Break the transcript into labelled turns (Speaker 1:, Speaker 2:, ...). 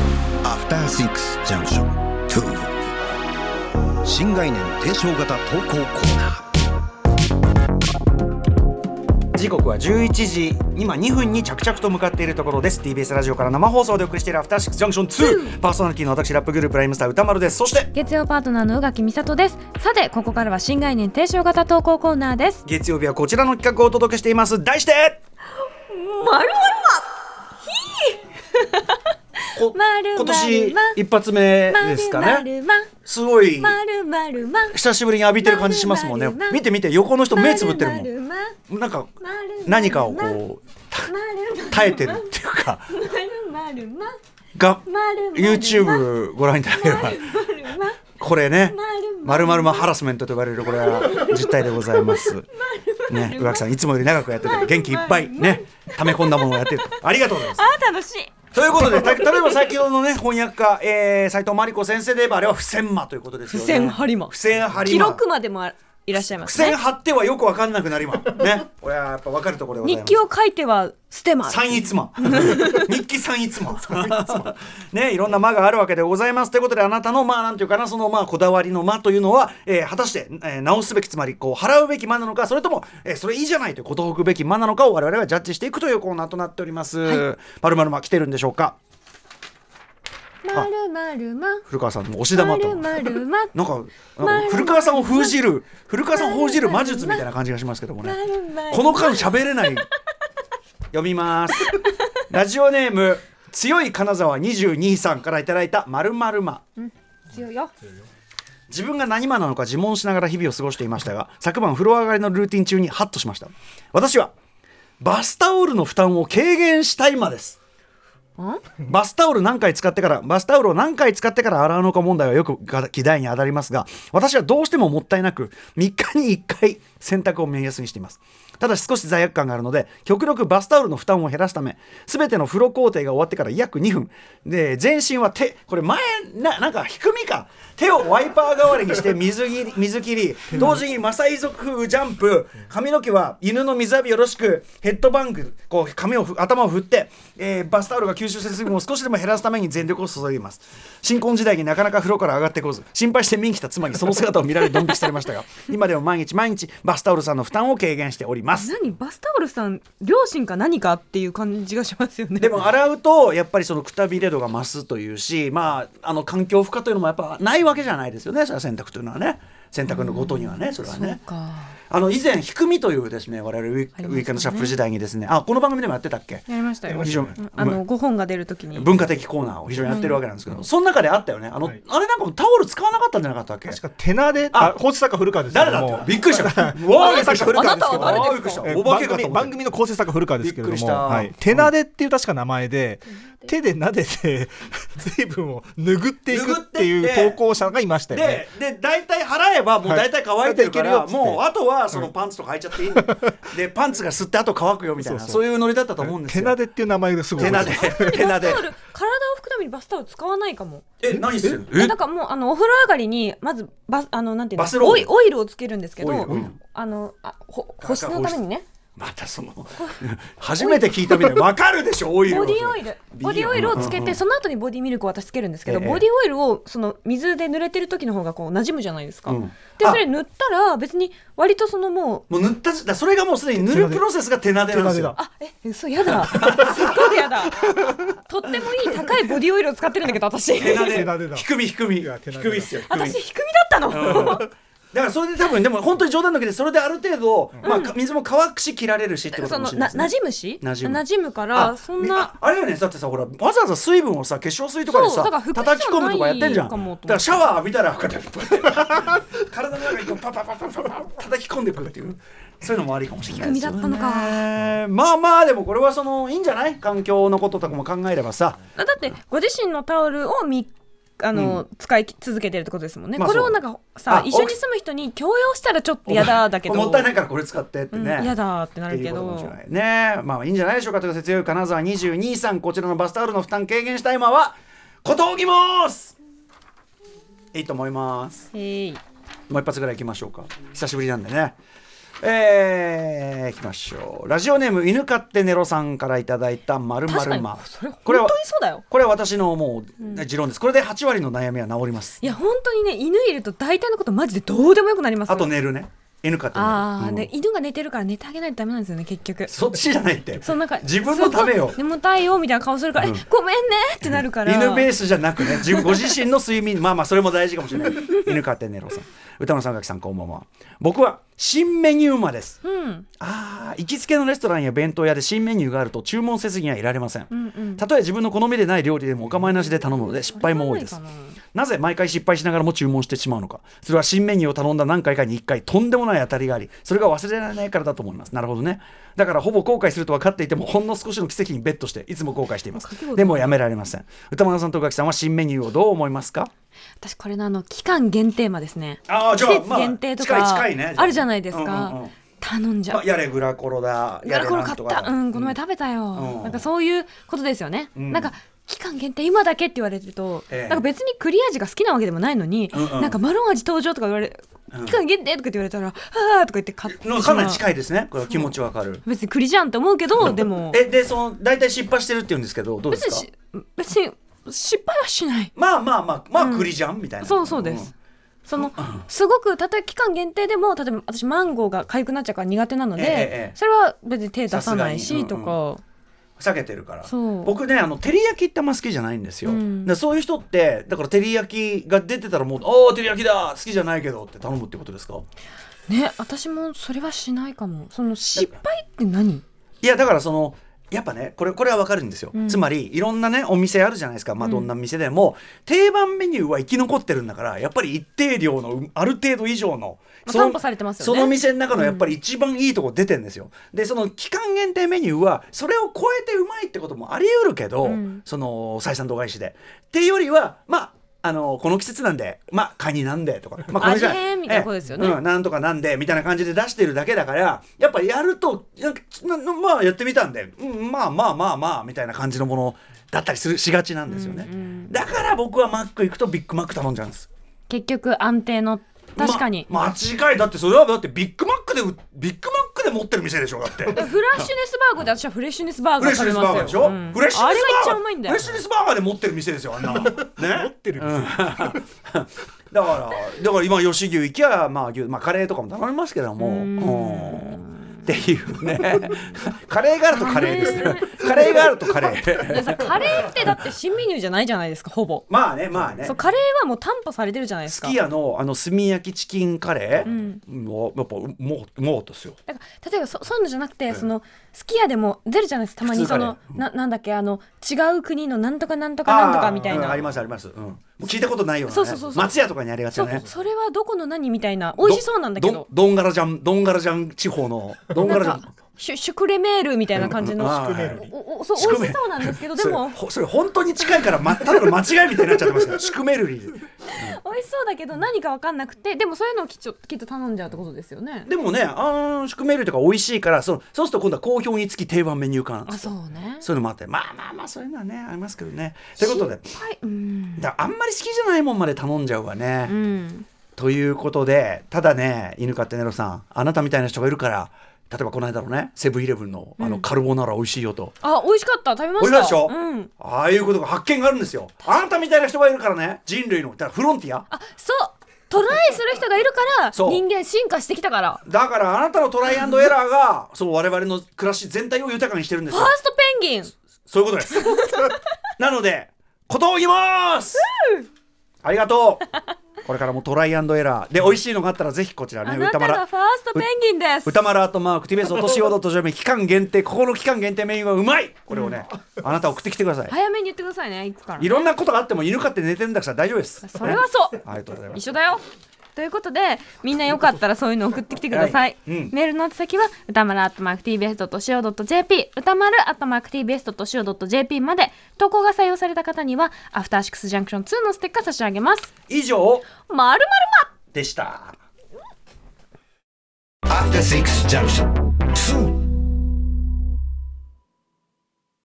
Speaker 1: フターシックスジャンクション2新概念提唱型投稿コーナ
Speaker 2: 時刻は11時今2分に着々と向かっているところです TBS ラジオから生放送でお送りしているアフターシックスジャンクション2パーソナリティの私ラップグループライムスター歌丸ですそして
Speaker 3: 月曜パートナーの宇垣美里ですさてここからは新概念提唱型投稿コーナーです
Speaker 2: 月曜日はこちらの企画をお届けしています題して
Speaker 3: まる
Speaker 2: こ
Speaker 3: まるまるま
Speaker 2: 今年一発目ですかね
Speaker 3: ま
Speaker 2: すごい
Speaker 3: まるまるま
Speaker 2: 久しぶりに浴びてる感じしますもんね
Speaker 3: まるまる
Speaker 2: 見て見て横の人目つぶってるもん
Speaker 3: ん
Speaker 2: なんか
Speaker 3: まるまる
Speaker 2: 何かをこう耐えてるっていうか
Speaker 3: まるまるま
Speaker 2: が
Speaker 3: まるまるま
Speaker 2: YouTube ご覧いただければこれねま
Speaker 3: ま
Speaker 2: る
Speaker 3: る
Speaker 2: ま
Speaker 3: ま
Speaker 2: る
Speaker 3: る
Speaker 2: まハラスメントと呼ばれるこれは実態でございますね宇垣さんいつもより長くやってて元気いっぱいね溜め込んだものをやってるとありがとうございます
Speaker 3: あ楽しい
Speaker 2: ということでた例えば先ほどのね翻訳家、えー、斉藤真理子先生で言えばあれは付箋魔ということですよね
Speaker 3: 付箋張り魔
Speaker 2: 付箋張り
Speaker 3: 記
Speaker 2: 魔
Speaker 3: 録までもいらっしゃいま
Speaker 2: 付
Speaker 3: すね
Speaker 2: 箋貼ってはよくわかんなくなりまねこれはやっぱわかるところでござい
Speaker 3: 日
Speaker 2: ます
Speaker 3: 記を書いては捨てます
Speaker 2: 三一魔 日記三一魔 ねいろんな魔があるわけでございますということであなたのまあなんていうかなそのまあこだわりの魔というのは、えー果たして、えー直すべきつまりこう払うべき魔なのかそれとも、えーそれいいじゃないということをくべき魔なのかを我々はジャッジしていくというコーナーとなっております。まるまる魔来てるんでしょうか
Speaker 3: まるまるま
Speaker 2: 古川さんの押し
Speaker 3: ま
Speaker 2: 玉と
Speaker 3: る。まるま
Speaker 2: なんか
Speaker 3: まる
Speaker 2: 古川さんを封じる古川さんを封じる魔術みたいな感じがしますけどもね
Speaker 3: まるまる
Speaker 2: この間喋れない読みますラジオネーム強い金沢22さんからいただいた「まるまるま」
Speaker 3: 強いよ
Speaker 2: 自分が何魔なのか自問しながら日々を過ごしていましたが昨晩風呂上がりのルーティン中にハッとしました私はバスタオルの負担を軽減したいまですバスタオル何回使ってからバスタオルを何回使ってから洗うのか問題はよくが議題に当たりますが私はどうしてももったいなく3日に1回洗濯を目安にしていますただし少し罪悪感があるので極力バスタオルの負担を減らすため全ての風呂工程が終わってから約2分で全身は手これ前ななんか低みか手をワイパー代わりにして水切り水切り同時にマサイ族風ジャンプ髪の毛は犬の水浴びよろしくヘッドバングこう髪をふ頭を振って、えーバスタオルが吸収する水分を少しでも減らすために全力を注ぎます新婚時代になかなか風呂から上がってこず心配して見に来た妻にその姿を見られドン引きされましたが今でも毎日毎日バスタオルさんの負担を軽減しております
Speaker 3: 何バスタオルさん両親か何かっていう感じがしますよね
Speaker 2: でも洗うとやっぱりそのくたびれ度が増すというし、まあ、あの環境負荷というのもやっぱないわけじゃないですよねそれは洗濯というのはね洗濯のごとにはねそれはね。
Speaker 3: か
Speaker 2: あの以前「ひくみ」というですね我々ウィ,、ウィークのシャッフル時代にですねあこの番組でもやってたっけ
Speaker 3: やりましたよ
Speaker 2: 非常に
Speaker 3: うんあの5本が出るときに
Speaker 2: 文化的コーナーを非常にやってるわけなんですけど、その中であったよねあの、あれなんかタオル使わなかったんじゃなかったっけ
Speaker 4: 確か手名で、
Speaker 2: あ
Speaker 4: あ、放置作家古川ですけ
Speaker 2: 誰
Speaker 4: ど
Speaker 2: だ
Speaker 4: も。
Speaker 2: ってびっくりしたう
Speaker 4: 放
Speaker 2: わーび
Speaker 4: 置
Speaker 2: っく
Speaker 4: 作
Speaker 2: りし
Speaker 4: 家
Speaker 2: た
Speaker 3: あな
Speaker 4: 古川ですけど
Speaker 3: たは誰
Speaker 4: も。
Speaker 3: ですか
Speaker 2: うわー
Speaker 4: え
Speaker 2: びっくりしたお化けかと
Speaker 4: 番
Speaker 2: 思
Speaker 4: 組
Speaker 2: って
Speaker 4: 番組の構成作家古川ですけれ
Speaker 2: びっくりし
Speaker 4: ども、
Speaker 2: た
Speaker 4: はい手なでっていう確か名前で、手で撫でて 水分を拭っていくって
Speaker 2: 拭っ
Speaker 4: い
Speaker 2: てっ
Speaker 4: う
Speaker 2: て
Speaker 4: 投稿者がいましたよね
Speaker 2: で。で大体払えばもう大体乾いてるから、
Speaker 4: はい
Speaker 2: もうあとはそのパンツとか履いちゃって いいんだよ、でパンツが吸ってあと乾くよみたいな
Speaker 4: そう
Speaker 2: そう
Speaker 4: そう
Speaker 2: いうノリだったと思うんです
Speaker 4: 手
Speaker 2: よ
Speaker 4: なでっていう名前ですごい
Speaker 2: 手
Speaker 4: 覚
Speaker 2: な
Speaker 4: えて
Speaker 2: で
Speaker 4: ます。
Speaker 2: 手なで
Speaker 3: バスタオル体を拭くためにバスタオル使わないかも
Speaker 2: え何するの
Speaker 3: だからもうあのお風呂上がりにまずバスあのなんていう
Speaker 2: バスローブ
Speaker 3: のオイオイルをつけるんですけ
Speaker 2: オイル
Speaker 3: ど
Speaker 2: オイル
Speaker 3: あのあほ保湿のためにね
Speaker 2: またその初めて聞いたみたいわかるでしょオイル
Speaker 3: ボディオイル
Speaker 2: ビー
Speaker 3: ボディオイルをつけ
Speaker 2: うんう
Speaker 3: てその後にボディミルクを私つけるんですけど、
Speaker 2: ええ
Speaker 3: ボディオイルをその水で濡れてる時の方がこう馴染むじゃないですか、
Speaker 2: うん
Speaker 3: で
Speaker 2: あ
Speaker 3: それ塗ったら別に割とそのもう
Speaker 2: もう塗った時だそれがもうすでに塗るプロセスが手なでなんですよ
Speaker 4: 手
Speaker 3: あえ嘘やだ すっごいやだとってもいい高いボディオイルを使ってるんだけど私
Speaker 2: 手な
Speaker 4: 手なで
Speaker 2: で
Speaker 4: だ
Speaker 2: 低み低み
Speaker 4: や手なで
Speaker 2: 低
Speaker 4: だ
Speaker 2: みっすよ低み
Speaker 3: 私低みだったの
Speaker 2: だからそれで多分でも本当に冗談だけでそれである程度、まあか水も乾くし切られるしってこと
Speaker 3: そ
Speaker 2: かも
Speaker 3: の
Speaker 2: しれな
Speaker 3: な
Speaker 2: で
Speaker 3: い
Speaker 2: すね
Speaker 3: 馴染むし
Speaker 2: 馴染む
Speaker 3: からそんな
Speaker 2: ああれよねだってさほらわざわざ水分をさ化粧水とかで
Speaker 3: そ
Speaker 2: さ
Speaker 3: うだから服じゃ
Speaker 2: 叩き込むとかやってんじゃん
Speaker 3: ないかもと思っ
Speaker 2: だ
Speaker 3: て
Speaker 2: からシャワー浴びたらこうやってこうやって 体の中にこうパパパパパパ叩き込んでくるっていうそういうのもありかもしれないですよね
Speaker 3: 仕組みだった
Speaker 2: のかまあまあでもこれはそのいいんじゃない環境のこととかも考えればさ
Speaker 3: だってご自身のタオルをみあの、使い続けてるってことですもんね、
Speaker 2: まあ
Speaker 3: これ
Speaker 2: そ
Speaker 3: を
Speaker 2: う
Speaker 3: なんかさ
Speaker 2: あ
Speaker 3: 一緒に住む人に強要したらちょっとやだだけど
Speaker 2: もったいないからこれ使ってって
Speaker 3: うん
Speaker 2: ね、
Speaker 3: やだってな
Speaker 2: って
Speaker 3: る
Speaker 2: い
Speaker 3: け
Speaker 2: うことかもし
Speaker 3: ど
Speaker 2: れないねまあいいんじゃないでしょうかということで強い金沢22さんこちらのバスタオルの負担軽減したい今は小峠ますいいと思います
Speaker 3: へい
Speaker 2: もう一発ぐらい行きましょうか久しぶりなんでねえー、いきましょうラジオネーム犬飼ってネロさんからいただいたまるま
Speaker 3: 確か
Speaker 2: る
Speaker 3: に
Speaker 2: ま
Speaker 3: それ本
Speaker 2: これ
Speaker 3: 当
Speaker 2: は
Speaker 3: にそうだよ
Speaker 2: これは私のもう持論です、これで8割の悩みは治ります
Speaker 3: いや本当にね犬いると大体のことマジでどうでもよくなります
Speaker 2: あと寝るね犬飼って寝る
Speaker 3: ああ、
Speaker 2: うん
Speaker 3: ね犬が寝てるから寝てあげないとダメなんですよね結局
Speaker 2: そっちじゃないって
Speaker 3: そうなんか
Speaker 2: 自分のためよ
Speaker 3: すごい眠たいよみたいな顔するから、えごめんねってなるから
Speaker 2: 犬ベー
Speaker 3: ス
Speaker 2: スじゃなくね自分ご自身の睡眠まあまあそれも大事かもし れない犬飼ってネロさん歌のさんがきさんこんばんは僕は新メニュー馬です
Speaker 3: うん
Speaker 2: あー行きつけのレストランや弁当屋で新メニューがあると注文せずにはいられません、
Speaker 3: うんうん
Speaker 2: たとえ自分の好みでない料理でもお構いなしで頼むので失敗も多いです
Speaker 3: それはないか
Speaker 2: なぜ毎回失敗しながらも注文してしまうのかそれは新メニューを頼んだ何回かに1回とんでもない当たりがありそれが忘れられないからだと思いますなるほどねだからほぼ後悔すると分かっていてもほんの少しの奇跡にベットしていつも後悔しています
Speaker 3: 覚悟
Speaker 2: でもやめられません歌丸さんとガキさんは新メニューをどう思いますか
Speaker 3: 私これのあの期間限定まですね
Speaker 2: あーじ
Speaker 3: 季
Speaker 2: ゃあ
Speaker 3: 節限定とか、
Speaker 2: まあ近い近いね
Speaker 3: あるじゃないですか、
Speaker 2: うんうんうん
Speaker 3: 頼んじゃ
Speaker 2: まあ
Speaker 3: う、
Speaker 2: やれグラコロだ
Speaker 3: だからこれ
Speaker 2: な
Speaker 3: 買
Speaker 2: んと
Speaker 3: っ
Speaker 2: かだ
Speaker 3: たうんこの前食べたよ、
Speaker 2: うん
Speaker 3: なんかそういうことですよね、
Speaker 2: ん
Speaker 3: なんか期間限定今だけって言われると、
Speaker 2: ええ
Speaker 3: なんか別に栗味が好きなわけでもないのに、
Speaker 2: うんうん
Speaker 3: なんかマロン味登場とか言われ、期間限定とかって言われたら、ああとか言って買ってしま
Speaker 2: の
Speaker 3: う
Speaker 2: かなり近いですねこれは気持ちわかる
Speaker 3: 別に栗じゃんって思うけどでも
Speaker 2: えでその大体失敗してるって言うんですけどどうで
Speaker 3: 別
Speaker 2: す
Speaker 3: に
Speaker 2: か
Speaker 3: し別に失敗はしない
Speaker 2: まあまあまあまあ栗じゃん、みたいな
Speaker 3: そうそうです、そのすごく例えば期間限定でも例えば私マンゴーが痒くなっちゃうから苦手なので、
Speaker 2: ええええ
Speaker 3: それは別に手出さない
Speaker 2: さすがに
Speaker 3: しとか、
Speaker 2: 避けてるから
Speaker 3: そう
Speaker 2: 僕ねあの照り焼きってあんま好きじゃないんですよ、
Speaker 3: うん
Speaker 2: でそういう人ってだから照り焼きが出てたらもう「おお照り焼きだ好きじゃないけど」って頼むってことですか
Speaker 3: ね私もそれはしないかもその失敗って何
Speaker 2: いやだからそのやっぱねこれこれはわかるんですよ、
Speaker 3: うん
Speaker 2: つまりいろんなねお店あるじゃないですか、まあ、どんな店でも、定番メニューは生き残ってるんだからやっぱり一定量のうんある程度以上の
Speaker 3: まあ
Speaker 2: その
Speaker 3: 担保されてますよね
Speaker 2: その店の中のやっぱり一番いいとこ出てんですよ、でその期間限定メニューはそれを超えてうまいってこともあり得るけど、
Speaker 3: ん
Speaker 2: その採算度外視でっていうよりはまああのこの季節なんで、まあ、カニなんでとか、まあ、これじゃ
Speaker 3: 味変みたいなことですよね
Speaker 2: ええうんなんとかなんでみたいな感じで出してるだけだからやっぱやるとなんかななまあやってみたんで、うん、まあまあまあまあみたいな感じのものだったりするしがちなんですよね、
Speaker 3: うんうん
Speaker 2: だから僕はマック行くとビッグマック頼んじゃうんです
Speaker 3: 結局安定の確かに、
Speaker 2: ま間違いだってそれはだってビッグマックでうビッグマックで持ってる店でしょだっ て
Speaker 3: えフラッシュネスバーガーで私はフレッシュネスバー
Speaker 2: フ
Speaker 3: ガ
Speaker 2: レ
Speaker 3: ー
Speaker 2: ッシュ
Speaker 3: 食
Speaker 2: ネス
Speaker 3: べます
Speaker 2: バ
Speaker 3: よ
Speaker 2: ーガーでしょ、
Speaker 3: うん
Speaker 2: フレッシュ
Speaker 3: あ
Speaker 2: ネ
Speaker 3: れ
Speaker 2: ス
Speaker 3: が
Speaker 2: バー
Speaker 3: 一番う
Speaker 2: ガ
Speaker 3: まい
Speaker 2: ーフ
Speaker 3: んだ
Speaker 2: レ
Speaker 3: よ
Speaker 2: ッシュネスバーガーで持ってる店ですよあんなのね持って
Speaker 4: る店
Speaker 2: うん、だからだから今吉牛行きゃ、まあ、牛まあカレーとかも頼みますけどもうんっていうね カレーがあるとカレーですねカレーがあるとカレー
Speaker 3: でさカレーってだって新メニューじゃないじゃないですかほぼ
Speaker 2: まあねまあね
Speaker 3: そうカレーはもう担保されてるじゃないです
Speaker 2: す
Speaker 3: か
Speaker 2: き家のあの炭焼きチキンカレーもうやっぱうもうもうですよ
Speaker 3: だから例えばそそういうのじゃなくて、そのすき家でも出るじゃないですかたまに
Speaker 2: 普通
Speaker 3: そ
Speaker 2: カレー
Speaker 3: のななんだっけあの違う国のなんとかなんとかなんとかみたい
Speaker 2: あーうん
Speaker 3: な、
Speaker 2: ありますあります、うん、もう聞いたことないような、ね、
Speaker 3: そうそうそうそう
Speaker 2: 松屋とかにありがち
Speaker 3: そ
Speaker 2: だ
Speaker 3: う
Speaker 2: ね
Speaker 3: それはどこの何みたいな美味しそうなんだけど
Speaker 2: どんがらじゃんどんがらじゃん地方のどんが
Speaker 3: な
Speaker 2: ら
Speaker 3: ん
Speaker 2: じゃ
Speaker 3: か
Speaker 2: ん
Speaker 3: シュシュクレメールみたいな感じの、
Speaker 2: あー
Speaker 4: シュクレール
Speaker 3: おおそう
Speaker 2: シュク
Speaker 3: 美
Speaker 2: メ
Speaker 3: 味しそうなんですけどで
Speaker 2: それ
Speaker 3: も
Speaker 2: ほそれ本当に近いから、ま、ただの間違いみたいになっちゃってます から宿命類
Speaker 3: 美味しそうだけど何か分かんなくてでもそういうのをきちょきっと頼んじゃうってことですよね
Speaker 2: でもねあー宿命類とか美味しいからそうそうすると今度は好評につき定番メニュー化
Speaker 3: あそうね
Speaker 2: そういうのもあってまあまあまあそういうのはねありますけどねということで
Speaker 3: はいうん
Speaker 2: だからあんまり好きじゃないもんまで頼んじゃうわね、
Speaker 3: うん
Speaker 2: ということでただね犬飼ってネロさんあなたみたいな人がいるから例えばこの間のねセブンイレブンのあのカルボナーラ美味しいよと、
Speaker 3: あ美味しかった食べました
Speaker 2: 美味しかったでしょ
Speaker 3: うん
Speaker 2: ああいうことが発見があるんですよ。あなたみたいな人がいるからね、人類の、だからフロンティア。
Speaker 3: あそうトライする人がいるから
Speaker 2: そう
Speaker 3: 人間進化してきたから
Speaker 2: だからあなたのトライアンドエラーが、そう我々の暮らし全体を豊かにしてるんです
Speaker 3: ファ
Speaker 2: よ
Speaker 3: ー。ストペンギン
Speaker 2: そういうことです。 なので、ことを言いますありがとうこれからもトライアンドエラー。で、美味しいのがあったらぜひこちら
Speaker 3: あ
Speaker 2: ね、
Speaker 3: なた
Speaker 2: 歌
Speaker 3: が
Speaker 2: 丸。
Speaker 3: ファーストペンギンです
Speaker 2: 歌丸アートマーク TBS お年をどとじめ期間限定、ここの期間限定メニューはうまいこれをね、あなた送ってきてください。
Speaker 3: 早めに言ってくださいね行くから
Speaker 2: いろんなことがあっても犬飼って寝てるんだから大丈夫です。
Speaker 3: それはそう
Speaker 2: ねありがとうございます。
Speaker 3: 一緒だよということでみんなよかったらそういうの送ってきてください、
Speaker 2: はいうん
Speaker 3: メールの宛先は歌丸アットマーク TBS.CO.JP 歌丸アットマーク TBS.CO.JP まで投稿が採用された方にはアフターシックスジャンクション2のステッカー差し上げます
Speaker 2: 以上
Speaker 3: まるまる
Speaker 2: でした。
Speaker 1: After Six Junction 2